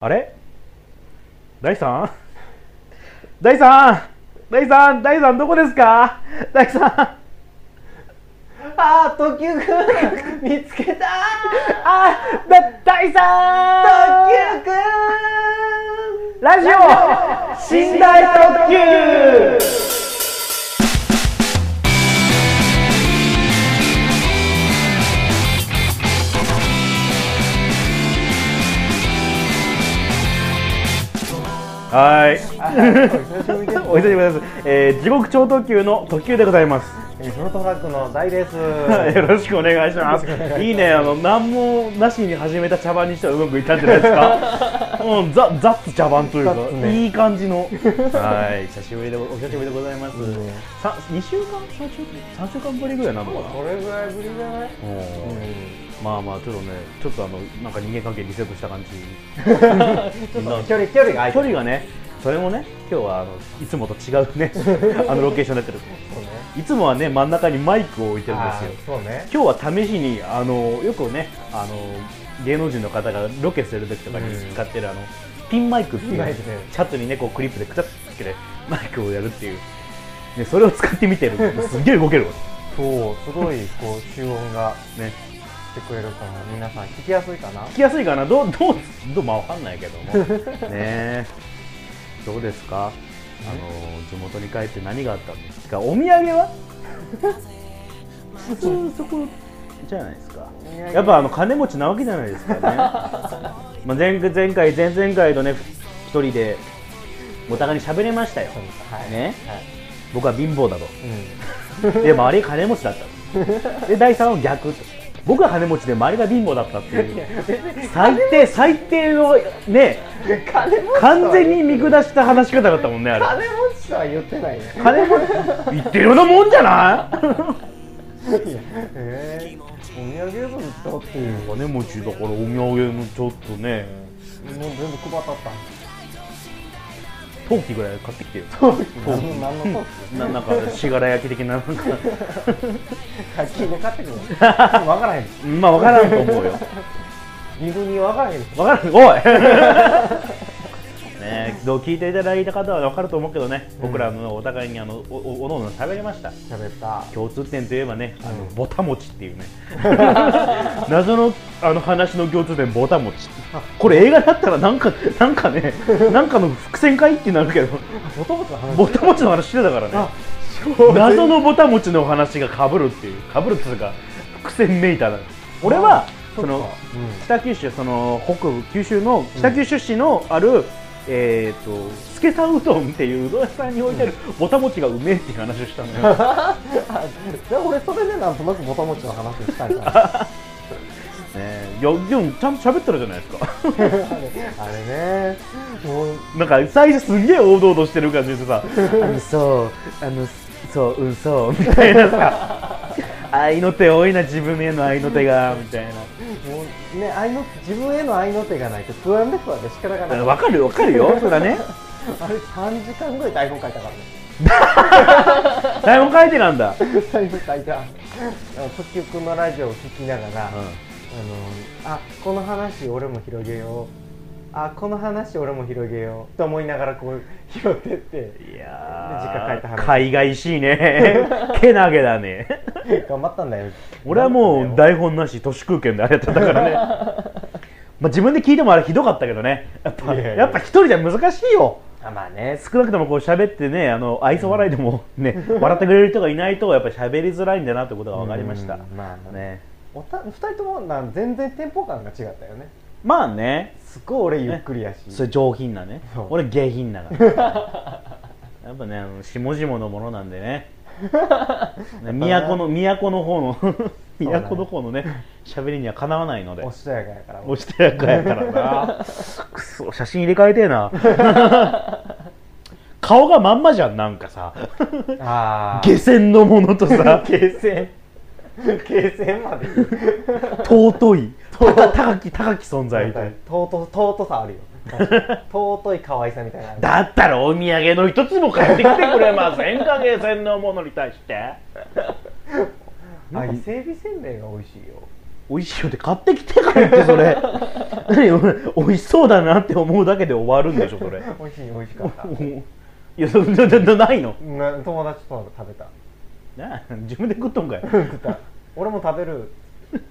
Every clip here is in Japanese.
あれ大さん大さん大さん大さんどこですか大さんああー、特急くん見つけたあだ大さんー特急くんラジオ寝台特急はい久しぶりですお久しぶりです、えー、地獄超特急の特急でございますえー、ショートトラックの大です。よろしくお願いします。いいね、あの、何もなしに始めた茶番にしてはうまくいったんじゃないです か。うん、ザ、ザッツ茶番というかザッツ、ねいい感じの。はい、久しぶりでご、お久しぶりでございます。いねさ、二週間、三週間、三週間ぶりぐらいなのかな。これぐらいぶりじゃなういんまあまあ、ちょっとね、ちょっとあの、なんか人間関係リセットした 感じ。ちょっと距離、距離が空いて距る。離がね、それもね、今日はあの、いつもと違うね、 あのロケーションになってる。そうねいつもはね、真ん中にマイクを置いてるんであすよ。ーそうね。今日は試しにあのよくねあの芸能人の方がロケする時とかに使ってる、あのピンマイクっていピンマイうクねチャットにねこうクリップでくちゃっつけてマイクをやるっていう、ね、それを使ってみてるすげえ動けるわそう、すごい、こう、集音がねしてくれるから、皆さん聞きやすいかな聞きやすいかなどうどうどうまあわかんないけども ねえどうですかあの地元に帰って何があったんですかお土産は 普通そこじゃないですかやっぱあの金持ちなわけじゃない ですかね。まあ前前回前々回とね一人でお互いに喋れましたよ。そうですはい。ねはい。僕は貧乏だう。と。で周りが金持ちだった。で第三は逆。僕は金持ちで周りが貧乏だったっていうん別に、最低最低のね 金持ちとは完全に見下した話し方だったもんねあれ。金持ちとは言ってないね。金持ち言ってるようなもんじゃない えー、お土産物だっていうも金持ちだからお土産もちょっとねう全部配ったったん陶器ぐらい買ってきてよ何の何のななんかしがら焼き的ななんか買ってきて買ってくる分からへんまあ分からんと思うよ二分に分からへん分からんおい ねえどう聞いていただいた方は分かると思うけどね僕らのお互いにあのおおおのおの喋りました喋った共通点といえばねあの、うんボタ持ちっていうね 謎のあの話の共通点ボタ持ちこれ映画だったらなんかなんかねなんかの伏線回ってなるけどボトボトの話ボタ持ちの話してたからねあそう謎のボタ持ちの話がかぶるっていうかぶるっていうか伏線めいたな俺はそのう北九州その北部九州の北九州市のある、えっ、と助さうどんっていううどん屋さんに置いてあるぼたもちがうめえっていう話をしたの よんあで俺それでなんとなくボタモチの話したいから ねいやでもちゃんと喋ってるじゃないですか あれあれねもうなんか最初すげえ堂々としてる感じでさあの そうあのそううんそうみたいなさ愛の手多いな自分への愛の手がみたいなもうね愛の自分への愛の手がないと不安で不安で仕方がないわかるよわかるよそれは ねあれ3時間ぐらい台本書いたからね台本書いてなんだ、うん、台本書いたあの特急くんのラジオを聞きながら、あのあこの話俺も広げようあこの話俺も広げようと思いながらこう拾ってっていや実家帰ったー話海外しいね けなげだね頑張ったんだよ俺はもうだ台本なし都市空間であれやってた からねまあ自分で聞いてもあれひどかったけどねやっぱいやいややっぱ一人じゃ難しいよあまあね少なくともこう喋ってねあの愛想笑いでもね、笑ってくれる人がいないとやっぱ喋りづらいんだなってことが分かりました、うんまあねね、おた2人ともなん全然テンポ感が違ったよねまあねすっごい俺ゆっくりやし、それ上品なねそう俺下品なから やっぱねあの下々のものなんでね ね都の都の方の都の方のね喋りにはかなわないのでおしとやかやからおしとやかやから なくそ写真入れ替えてえ な顔がまんまじゃんなんかさああ下船のものと さ下船下船まで尊い高高き高き存在みたいな尊尊さあるよ尊い可愛さみたいなのあるだったらお土産の一つも買ってきてくれませんか下船のものに対してあ伊勢海老せんべいが美味しいよ美味しいよって買ってきてからってそれ 何俺美味しそうだなって思うだけで終わるんでしょそ れ美味しい美味しかったいやそんななないのな友達となんか食べたなあ自分で食っとんかい食った俺も食べる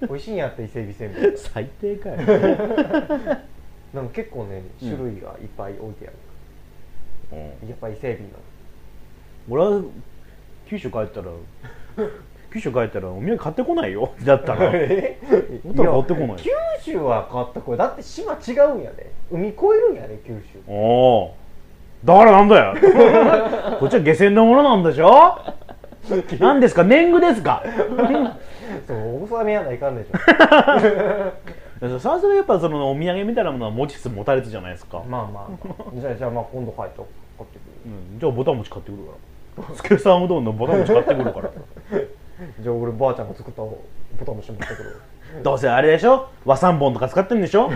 美味しいんやって伊勢海老せん べい最低かよ、なんか結構ね種類がいっぱい置いてあうる、んやっぱ伊勢海俺は九州帰ったら九州帰ったらお土産買ってこないよ だった老のら えだったら買ってこないよや九州は買ったこれだって島違うんやで海越えるんやで九州おおだからなんだよ こっちは下船のものなんでし ょ何ですか年貢ですか そうお納めやないかんでし 最初はやっぱそのお土産みたいなものは持ちつ持たれつじゃないですか、ょまあまあ、まあ、じゃあじゃあまあ今度帰って買うってくん、じゃあボタン餅買ってくるから助さんうどんのボタン餅買ってくるから るじゃあ俺ばあちゃんが作ったボタンもし持ってくるどうせあれでしょ和三本とか使ってるんでしょ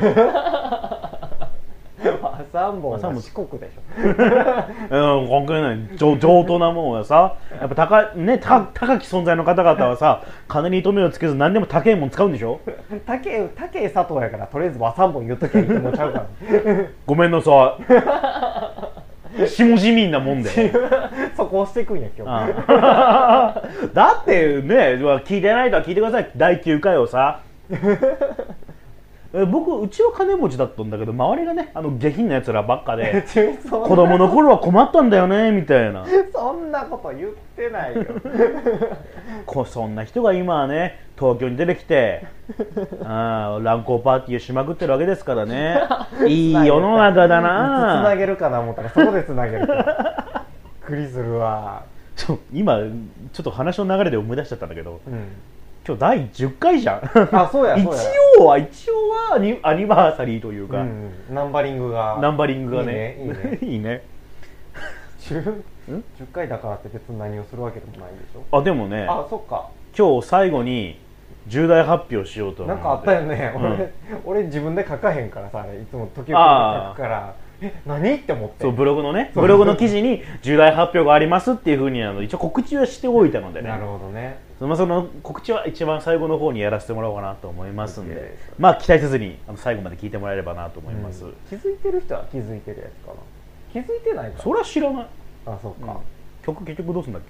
和三本和三は盆四国でしょうん関係ない上上等なもんはさやっぱ高,、ね、高高き存在の方々はさ金に糸目をつけず何でも高いもん使うんでしょ竹竹佐藤やからとりあえず和三本言っときゃいいってもうちゃうから ごめんなさい 下地味なもんでそこ押していくんや今日ああ だってねまあ聞いてないとは聞いてください第9回をさえ僕うちは金持ちだったんだけど周りがねあの下品なやつらばっか でそんな子供の頃は困ったんだよねみたいな そんなこと言ってない よこそんな人が今はね東京に出てき てああ乱交パーティーをしまくってるわけですから ねいい世の中だつななげるかな思ったらそこでつなげるから クリするわそう今ちょっと話の流れで思い出しちゃったんだけどうん今日第10回じゃんあそうやそうや一応は一応はアニアニバーサリーというか、うんうんナンバリングがナンバリングがねいいねいい いいね 10, 10回だからって別に何をするわけでもないでしょあでもねあそっか今日最後に重大発表しようと思なっんてかあったよね、うん俺俺自分で書かへんからさあれいつも時々あー書くからえ何って思ってそうブログのねそうブログの記事に重大発表がありますっていうふうにあの一応告知はしておいたのでねなるほどねまあ、その告知は一番最後の方にやらせてもらおうかなと思いますん OK でです、まあ期待せずにあの最後まで聞いてもらえればなと思います、うん気づいてる人は気づいてるやつかな気づいてないかそれは知らないあそうか、うん曲結局どうすんだっ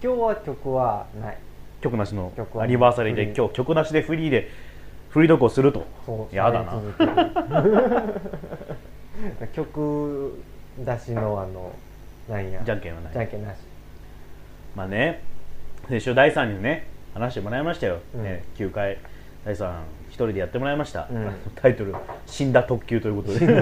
け今日は曲はない曲なしの曲はアニバーサリーフリでー今日曲なしでフリーでフリードクをするとそうやだな喋り続ける 曲出しのあのなんやじゃんけんはないじゃんけんなしまあね先週第3にね話してもらいましたよ、うんね、9回第3一人でやってもらいました、うんタイトル「死んだ特急」ということで急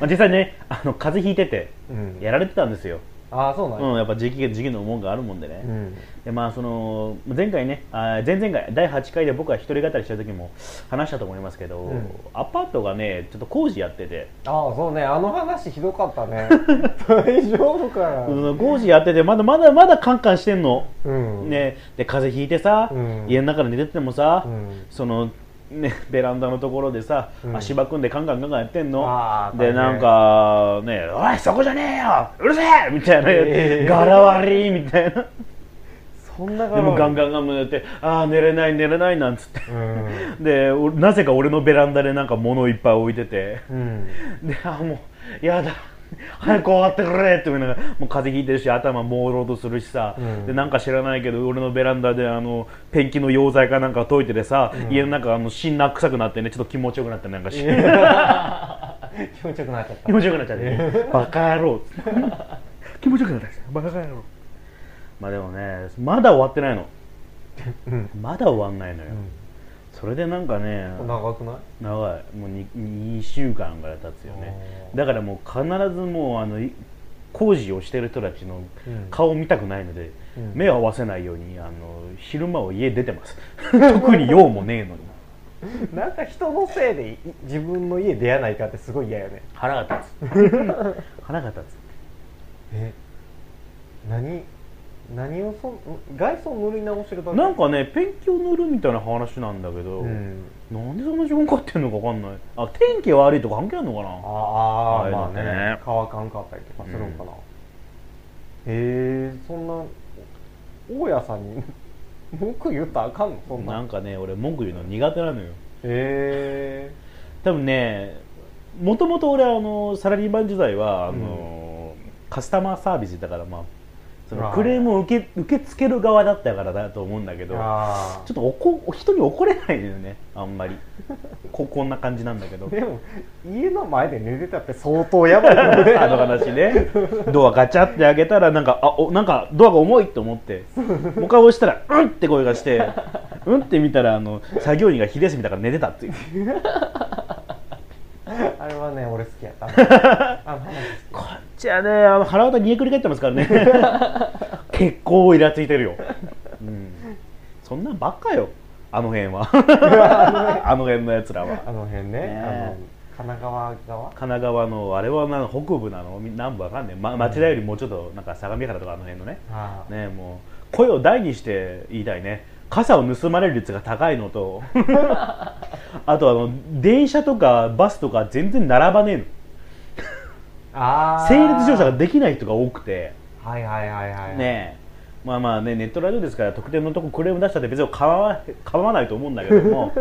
まあ実際ねあの風邪ひいててうんやられてたんですよ、ああそうなんうん、ややっぱ時期時期のもんがあるもんでね、うんでまあその前回ねあー前々回第8回で僕は一人語りした時も話したと思いますけど、うんアパートがねちょっと工事やってて、ああそうねあの話ひどかっ たね大丈夫かなうん工事やっててまだまだまだカンカンしてんの、うんね、で風邪ひいてさ、うん家の中で寝ててもさ、うんそのね、 ベランダのところでさ、うん足場組んでカンカンカンカンやってんのあーで大変なんかね「おいそこじゃねえようるせえ!」みたいな、えー柄悪いみたいな。そんなでもガンンガンガンガンやってああ寝れない寝れないなんつってうん、でおなぜか俺のベランダでなんか物いっぱい置いててうん、であーもうやだ早く終わってくれって思いながらもう風邪ひいてるし頭朦朧とするしさ、うんでなんか知らないけど俺のベランダであのペンキの溶剤かなんか溶いててさ、うん家の中あのしんな臭くなってねちょっと気持ちよくなってなんかし気持ちよくなっちゃっ 気た持ちよくなっちゃってバカ野郎 気持ちよくなっちゃってバカ野郎まあでもねまだ終わってないのうん、まだ終わんないのよ、うそれでなんかねん、長くない長いもう 2, 2週間ぐらい経つよねおーだからもう必ずもうあのい工事をしてる人たちのうん顔を見たくないので、うん目を合わせないようにあの昼間は家出てます 特に用もねえのになんか人のせいでい自分の家出やないかってすごい嫌よね腹が立 つ腹が立え何何をそん外装塗り直してるだつけなんかねペンキを塗るみたいな話なんだけど、うんなんでそんな時間かかってんのか分かんないあ天気悪いとか関係あるのかあなあああいうまのあねね乾かんかったりとかするんかな、へえそんな大家さんに 文句言ったらあかんのそんななんんかね俺文句言うの苦手なのよえ多分ねもともと俺あのサラリーマン時代はあの、カスタマーサービスだからまあそのあークレームを受け受け付ける側だったからだと思うんだけえどあちょっとおこ人に怒れないのよねあんまり ここんな感じなんだけど あでも家の前で寝てたって相当やばい よねあの話ねドアガチャって開けたらなんかあおなんかドアが重いと思 ってもう一回押したら「うん!」って声がして「うん!」って見たらあの作業員が昼休みだから寝てたっていうあれはね俺好きやった あの話こっちはねあの腹渡煮えくり返ってますから ね結構イラついてるよ、うん、そんなんばっかよあの辺 はあの辺のやつらはあの辺ねねあの神奈川側神奈川のあれはな北部なのみ南部わかんねえ、ま、町田よりもうちょっとなんか相模原とかあの辺のねああねもう声を大にして言いたいね傘を盗まれる率が高いの とあとあの電車とかバスとか全然並ばねえのあー整列乗車ができない人が多くてはいはいはいはいねえまあまあねネットラジオですから特定のとこクレーム出したって別に構わ構わないと思うんだけど も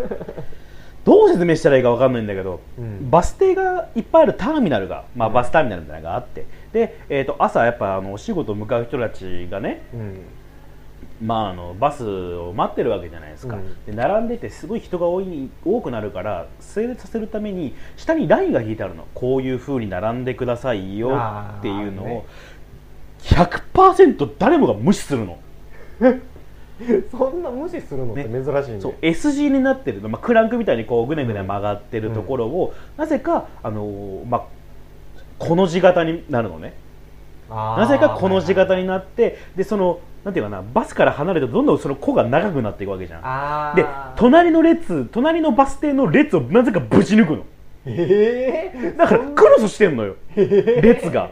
どう説明したらいいかわかんないんだけど、うんバス停がいっぱいあるターミナルが、まあ、バスターミナルみたいなのがあって、で、えー、と朝やっぱあのお仕事向かう人たちがね、うんまあ、あのバスを待ってるわけじゃないですか、うんで並んでてすごい人が多い多くなるから整列させるために下にラインが引いてあるのこういう風に並んでくださいよあーっていうのあるねを100%誰もが無視するの、そんな無視するのって珍しいねそう S 字になってるの、まあ、クランクみたいにこうぐねぐね曲がってるところを、なぜか、あのーまあ、この字型になるのねあーなぜかこの字型になってでそのなんていうかなバスから離れるとどんどんその子が長くなっていくわけじゃんあでー隣の列隣のバス停の列をなぜかぶち抜くのええだからクロスしてんのよ列が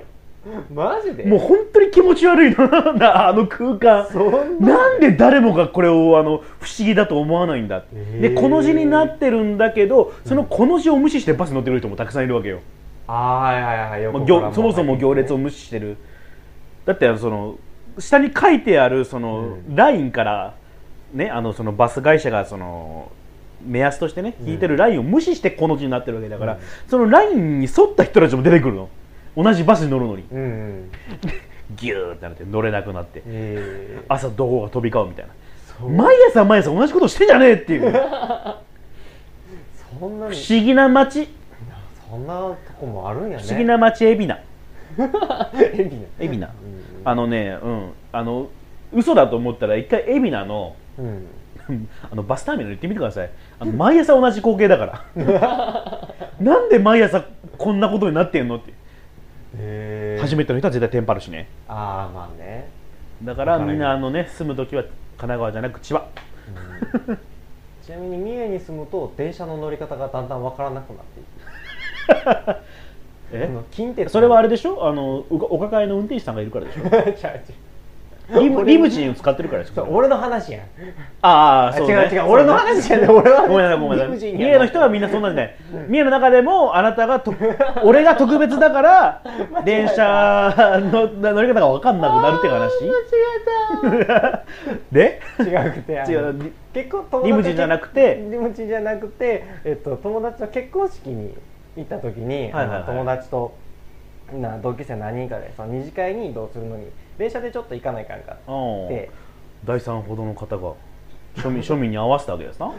マジでもう本当に気持ち悪いのなあの空間そんななんで誰もがこれをあの不思議だと思わないんだってへでーこの字になってるんだけどそのこの字を無視してバス乗ってる人もたくさんいるわけよ、あーはいはいはいまあ横から行そもそも行列を無視してるだってあのその下に書いてあるそのうラインから、ね、あのそのバス会社がその目安としてね引いてるラインを無視してこの字になってるわけだから、うんそのラインに沿った人たちも出てくるの同じバスに乗るのにうんうんギューってなって乗れなくなってええ朝どこが飛び交うみたいなそう毎朝毎朝同じことしてんじゃねえっていうそんな不に思議な街そんなとこもあるんやね不思 議な街海老名エビ海老名うんあのねうんあの嘘だと思ったら一回海老名のうんうんあのバスターミナル行ってみてくださいあの毎朝同じ光景だから なんで毎朝こんなことになってんのってええ初めての人は絶対テンパるしねああまあねだからわからんよみんなあのね住む時は神奈川じゃなく千葉うん ちなみに三重に住むと電車の乗り方がだんだんわからなくなっていくえあの近鉄それはあれ ででしょあのおお抱えの運転手さんがいるから でし違う違うょリムリムジンを使ってるからでしそょう俺の話やんあああそう、違ね、う違う俺の話じゃね俺はごめんなさいごめんな理不さい尽や三重の人はみんなそんなんじゃない三重の中でもあなたがと俺が特別だ から電車の乗り方が分かんなくなるって話 で違うくてあの違うリ結婚友達とリムジンじゃなくてリムジンじゃなくて、えっと、友達の結婚式に行った時に、はいはいはいあの友達とな同級生何人かでその二次会に移動するのに電車でちょっと行かないかんかっうんて第三ほどの方が庶民庶民に合わせたわけですな、は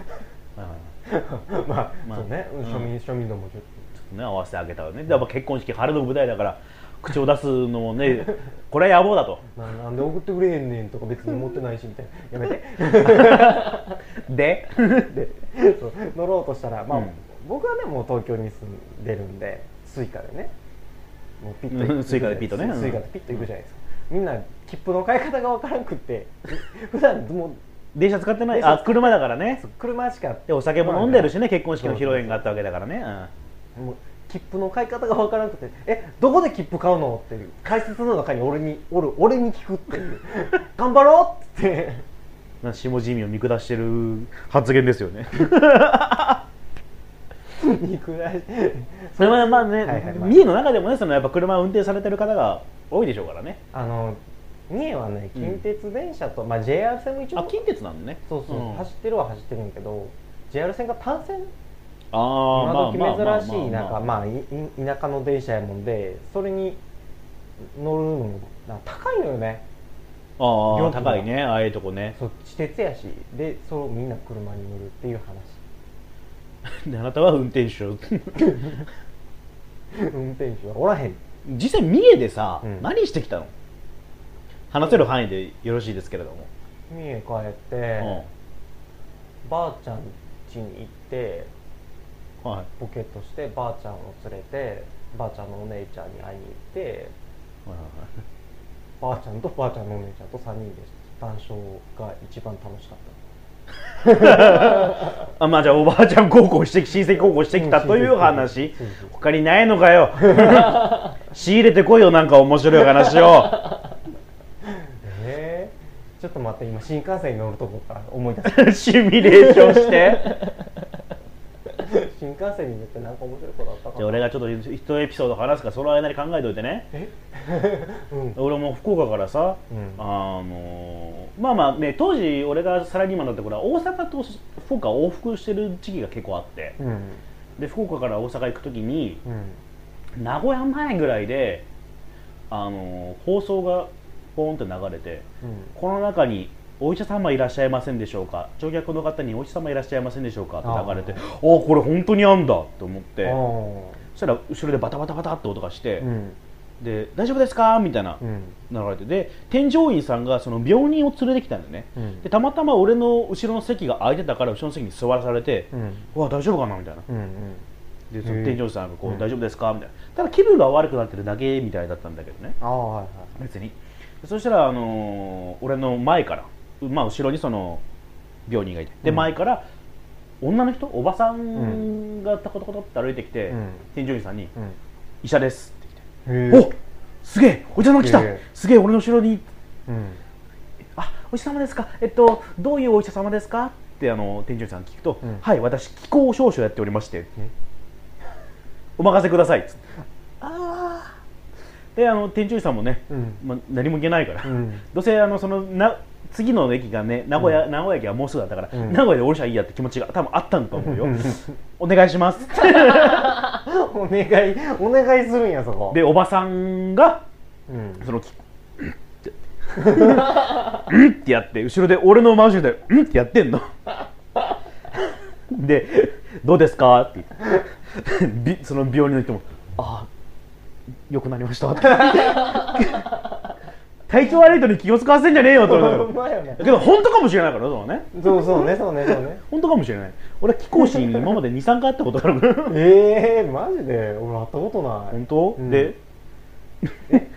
いはい まあ、 まあそうね、うん庶民庶民のもちちょっょっとね合わせてあげたわねでやっぱ結婚式晴れの舞台だから口を出すのもねこれは野望だととななんで送ってくれへんねんとか別に持ってないしみたいなやめ てででそう乗ろうとしたら、まあうん僕はねもう東京に住んでるんでスイカでねもうピ行くうんスイカでピッとねスイカでピッと行くじゃないですか、みんな切符の買い方が分からんくって 普段もう電車使ってない電車あ車だからね車しかでお酒も飲んでるしねね結婚式の披露宴があったわけだからね、うんもう切符の買い方が分からなくて「えどこで切符買うの?」っていう解説の中に俺におる俺に聞くっ ていう「頑張ろう!」ってな下地味を見下してる発言ですよね 肉らし それはまあね、はいはいまあ三重の中でもねそのやっぱ車を運転されてる方が多いでしょうからねあの三重はねうん近鉄電車と、まあ、JR 線も一あ応近鉄なのねそうそう、ん走ってるは走ってるんやけど JR 線が単線あー今時まあまあ珍しまいなんあかまあまあいい田舎の電車やもんでそれに乗るのもなんか高いのよねあー料金が高いねああいうとこね そう地鉄やしでそうみんな車に乗るっていう話 であなたは運転手を 運転手はおらへん実際三重でさ、うん何してきたの話せる範囲でよろしいですけれども、三重帰って、ばあちゃん家に行ってうんはいボケっとしてばあちゃんを連れてばあちゃんのお姉ちゃんに会いに行ってはいはいはいばあちゃんとばあちゃんのお姉ちゃんと3人で談笑が一番楽しかっあまあじゃあおばあちゃん孝行してき親戚孝行してきたという話そうそう他にないのか よ仕入れてこいよなんか面白い話 をたねえちょっと待って今新幹線に乗るとこから思い出しシミュレーションしてた新幹線に乗ってなんか面白いことあったかじゃあな俺がちょっと一エピソード話すからその間に考えといてねえうん俺も福岡からさ、うんあのーまあまあね当時俺がサラリーマンだった頃は大阪と福岡を往復してる時期が結構あってうんで福岡から大阪行く時にうん名古屋前ぐらいで、あのー放送がポーンって流れてうんこの中にお医者様いらっしゃいませんでしょうか乗客の方にお医者様いらっしゃいませんでしょうかって流れてああこれ本当にあんだと思ってそしたら後ろでバタバタバタって音がしてあーう、んで大丈夫ですかみたいなうん流れてで添乗員さんがその病人を連れてきたんだよねうんでたまたま俺の後ろの席が空いてたから後ろの席に座らされて、うんうわ大丈夫かなみたいなうんうでんそへのえ添乗員さんがこう、うん大丈夫ですかみたいなただ気分が悪くなってるだけみたいだったんだけどねああはいはい別にそしたら、あのー俺の前から、うまあ、後ろにその病人がいてで、うん前から女の人おばさうんがタコタコタコって歩いてきて、うん添乗員さんにうん「医者です」ってへ言って「おすげえおじさま来た、へえすげえ俺の後ろにうんあお医者様ですか、えっと、どういうお医者様ですかってあの店長さんに聞くと、うんはい、私、気候少々やっておりましてえ、お任せくださいっつってあであの店長さんもね、うんまあ、何も言えないから、うんどうせあのそのな次の駅がね名古屋、名古屋駅はもうすぐだったから、うん名古屋で降りちゃいいやって気持ちが多分あったんだと思うようん、お願いしますってお願いお願いするんやそこで、おばさんが、うん、 その、きうんってやって、後ろで、俺の真後ろで、うんってやってんの。で、どうですかって言ってびその病人の人も、ああ、よくなりました って。体調悪いのに気を使わせんじゃねえよと思ほんうまやねけど、本当かもしれないからね、そのね。そうそうねそうねそう ね本当かもしれない。俺は貴公子に今まで2、3回会ったことがある から。ええー、マジで俺会ったことない本当、うんで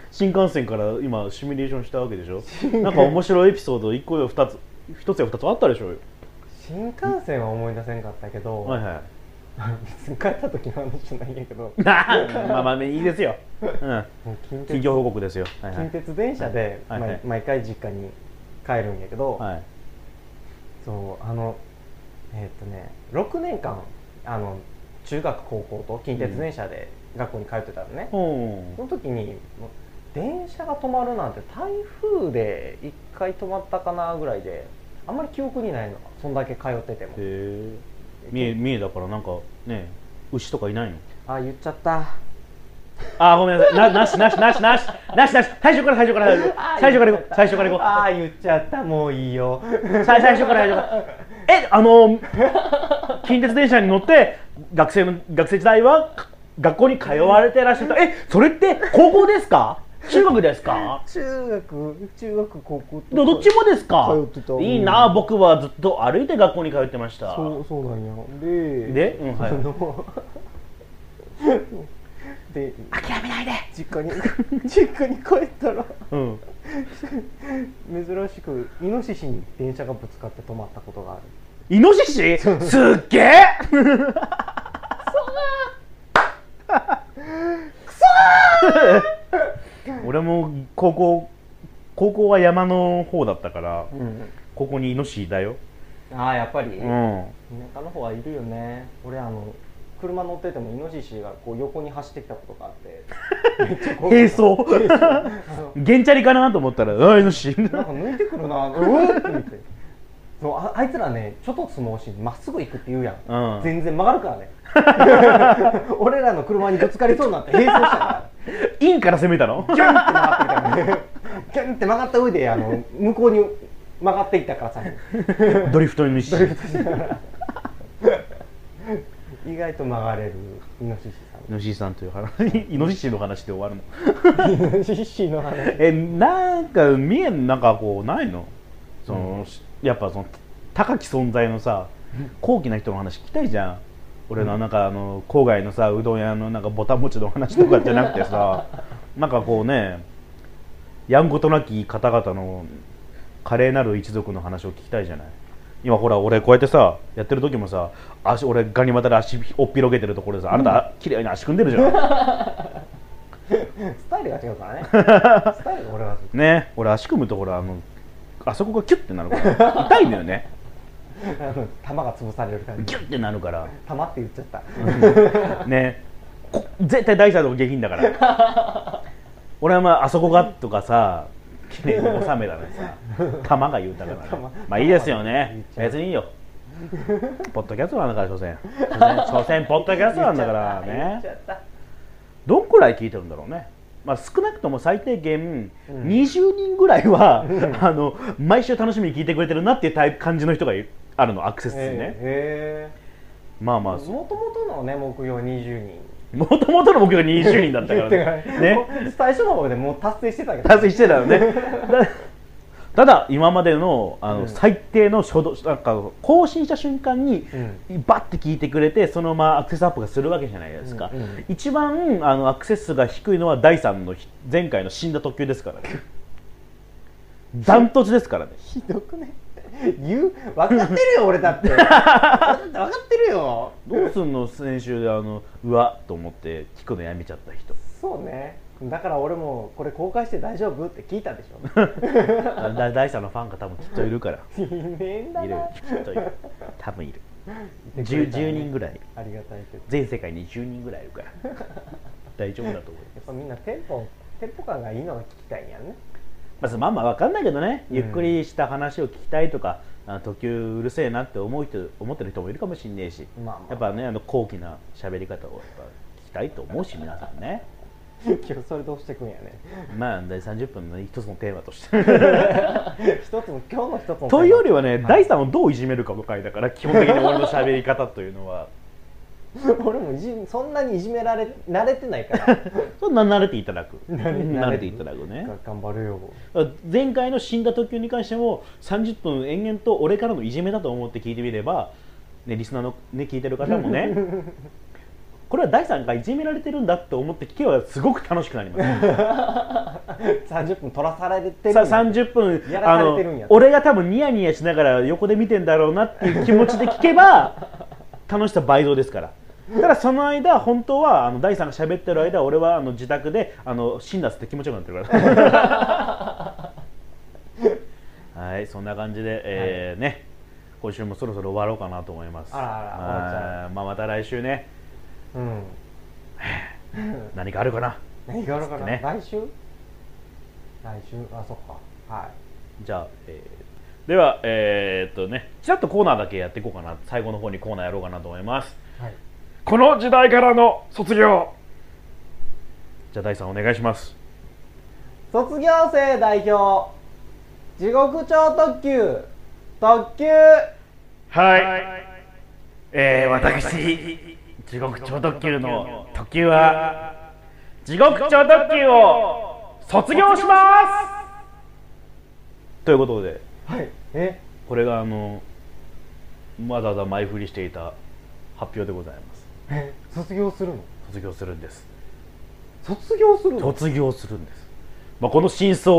新幹線から今シミュレーションしたわけでしょなんか面白いエピソード1個や2つ1つや2つあったでしょうよ新幹線は思い出せんかったけど、はいはい 別に帰った時の話じゃないんやけどまあまあいいですよ、 うん、もう近企鉄業報告ですよはいは近い、鉄電車で、はいはい毎毎回実家に帰るんやけど、はい、そうあのえーっとね6年間あの中学高校と近鉄電車で学校に通ってたのね、ほその時にもう電車が止まるなんて台風で1回止まったかなぐらいであんまり記憶にないのそんだけ通っててもうへえ三重三重だからなんかね牛とかいないのあ言っちゃったあーごめんなさいななしなしなしなしなしなし最初から最初から 最初から最初から行こう最初から行こああ言っちゃったもういいよう最最初から最初からえあの近鉄電車に乗って学生の学生時代は学校に通われてらっしゃったえそれって高校ですか中学ですか中学中学高校とどどっちもですか通ってたいいな僕はずっと歩いて学校に通ってましたそうそうなんやででうんはいあの で諦めないで実家に 実家に帰ったらうん珍しくイノシシに電車がぶつかって止まったことがあるイノシシすっげえ 俺も高校高校は山の方だったからうんここにイノシシだよああやっぱり、うん田舎の方はいるよね俺あの車乗っててもイノシシがこう横に走ってきたことがあって並走並走あのゲンチャリかなと思ったら、あイノシシ。なんか抜いてくるなうわーって見てそうああいつらねちょっとつもしまっすぐ行くって言うやん、うん全然曲がるからね俺らの車にぶつかりそうになって並走したからインから攻めたのギュンって曲がってきたからねギュンって曲がった上であの向こうに曲がっていったからさドリフトイノシシ。イ意外と曲がれるイノシシノシシさんという話、イノシシの話で終わるの。さんイノシシの話 え、なんか、三重のなんかこう、ないのその、やっぱその、高き存在のさ、高貴な人の話聞きたいじゃん。俺のなんかあの郊外のさうどん屋のなんかぼたもちの話とかじゃなくて さなんかこうねやんごとなき方々の華麗なる一族の話を聞きたいじゃない今ほら俺こうやってさやってる時もさ足俺ガニ股で足をっぴろげてるところでさあなた綺麗に足組んでるじゃんスタイルが違 うからねスタイルが俺はね俺足組むところあのあそこがキュッてなるから痛いのよ ねあの玉が潰される感じギュッてなるから玉って言っちゃったねこ絶対大事なとこ下品だから 俺はまああそこがとかさ綺麗に収めたらさ玉が言うたから、ね玉、まあいいですよ言っねちゃう別にいいよポッドキャストなんだから所詮所詮所詮ポッドキャストなんだから言っちゃねったどんくらい聞いてるんだろうねまあ少なくとも最低限うん20人ぐらいは、あの毎週楽しみに聞いてくれてるなっていうタイプ感じの人がいるあるのアクセス数ね、ええまあまあもともとのね目標20人もともとの目標20人だったからねねね最初の方でもう達成してたけど達成してたよね だただ今までのあの、うん最低の初動なんか更新した瞬間に、バッて聞いてくれてそのままアクセスアップがするわけじゃないですか、うんうん一番あのアクセス数が低いのは第3のひ前回の死んだ特急ですからねダントツですからねひどくね言う分かってるよ俺だ って俺だって分かってるよどうすんの先週であのうわっと思って聞くのやめちゃった人そうねだから俺もこれ公開して大丈夫って聞いたでし あだ第3のファンが多分きっといるから ょいねえんだいるなきっといる多分いる言ってくれ 10, たね人ぐらいありがたいけど全世界に10人ぐらいいるから 大丈夫だと思うやっぱみんなテンポテンポ感がいいのが聞きたいんやんねまあそのまんま分かんないけどねゆっくりした話を聞きたいとか、あの時給うるせえなって思う人思ってる人もいるかもしれないし、まあまあやっぱねあの高貴な喋り方をやっぱ聞きたいと思うし皆さんね今日それどうしてくんや ねまあ第30分の一つのテーマとして 一つの今日の一つのというよりはねね、第3をどういじめるかの回だから基本的に俺の喋り方というのは俺もいじそんなにいじめられ慣れてないからそんな慣れていただく慣 慣れていただくね が頑張るよ前回の死んだ特急に関しても30分延々と俺からのいじめだと思って聞いてみれば、ね、リスナーの、ね、聞いてる方もねこれは第3回いじめられてるんだと思って聞けばすごく楽しくなります30分取らされてるさんや30分やあらされてるんやの俺が多分ニヤニヤしながら横で見てんだろうなっていう気持ちで聞けば 楽しさ倍増ですから。ただその間本当はあの第3が喋ってる間俺はあの自宅であの死んだっつって気持ちよくなってるから はいそんな感じで、えーね今週もそろそろ終わろうかなと思いますあらあら終わっちゃはいまあまた来週ねうん何かあるかな何があるかな、ね来週来週あそっかはいじゃあ、えーではえーっとねちらっとコーナーだけやっていこうかな最後の方にコーナーやろうかなと思いますはいこの時代からの卒業じゃあ第3お願いします卒業生代表地獄超特急特急はい、えー私地獄超特急の特急は地獄超特急を卒業しますということではいえこれがあのわざわざ前振りしていた発表でございますえ卒業するの卒業するんです卒業するの 卒業するんです、まあ、この真相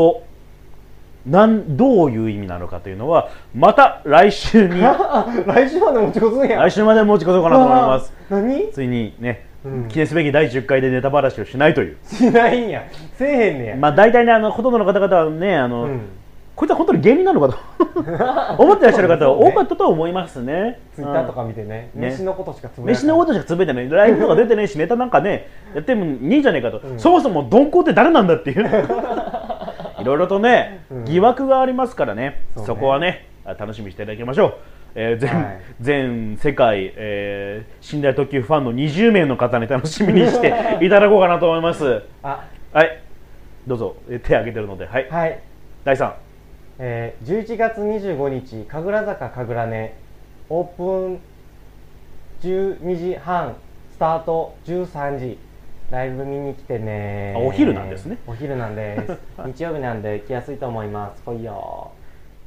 なんどういう意味なのかというのはまた来週 にあ来週まで持ち越すんや来週まで持ち越そうかなと思いますあー 何ついにね、うん記念すべき第10回でネタばらしをしないという、しないんやせえへんねや、まあ、大体ねあのほとんどの方々はねあの、うんこいつは本当に芸人なのか と思ってらっしゃる方多かったとは思いますね。ツイッターとか見てね、ね飯のことしかつうんぶやか飯なのいことしかつぶやいてない、ライブとか出てないし、ネタなんかね、やってもいいんじゃないかと、うんそもそも鈍行って誰なんだっ ていう、いろいろとねう、ん疑惑がありますからね、そそうねこはね、あ楽しみにしていただきましょう、えー全はい全世界、えー、寝台特急ファンの20名の方に楽しみにしていただこうかなと思い ます。あはいどうぞ、えー手挙げてるので、はい、はい、第3、えー、11月25日神楽坂神楽根オープン12時半スタート13時ライブ見に来てねあお昼なんですねお昼なんです 日曜日なんで来やすいと思います来いよ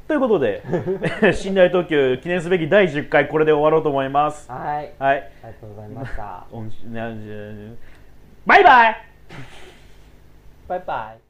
ということ で、 寝台特急記念すべき第10回、これで終わろうと思います。はいはいありがとうございました on, now, uh, bye bye. バイバイ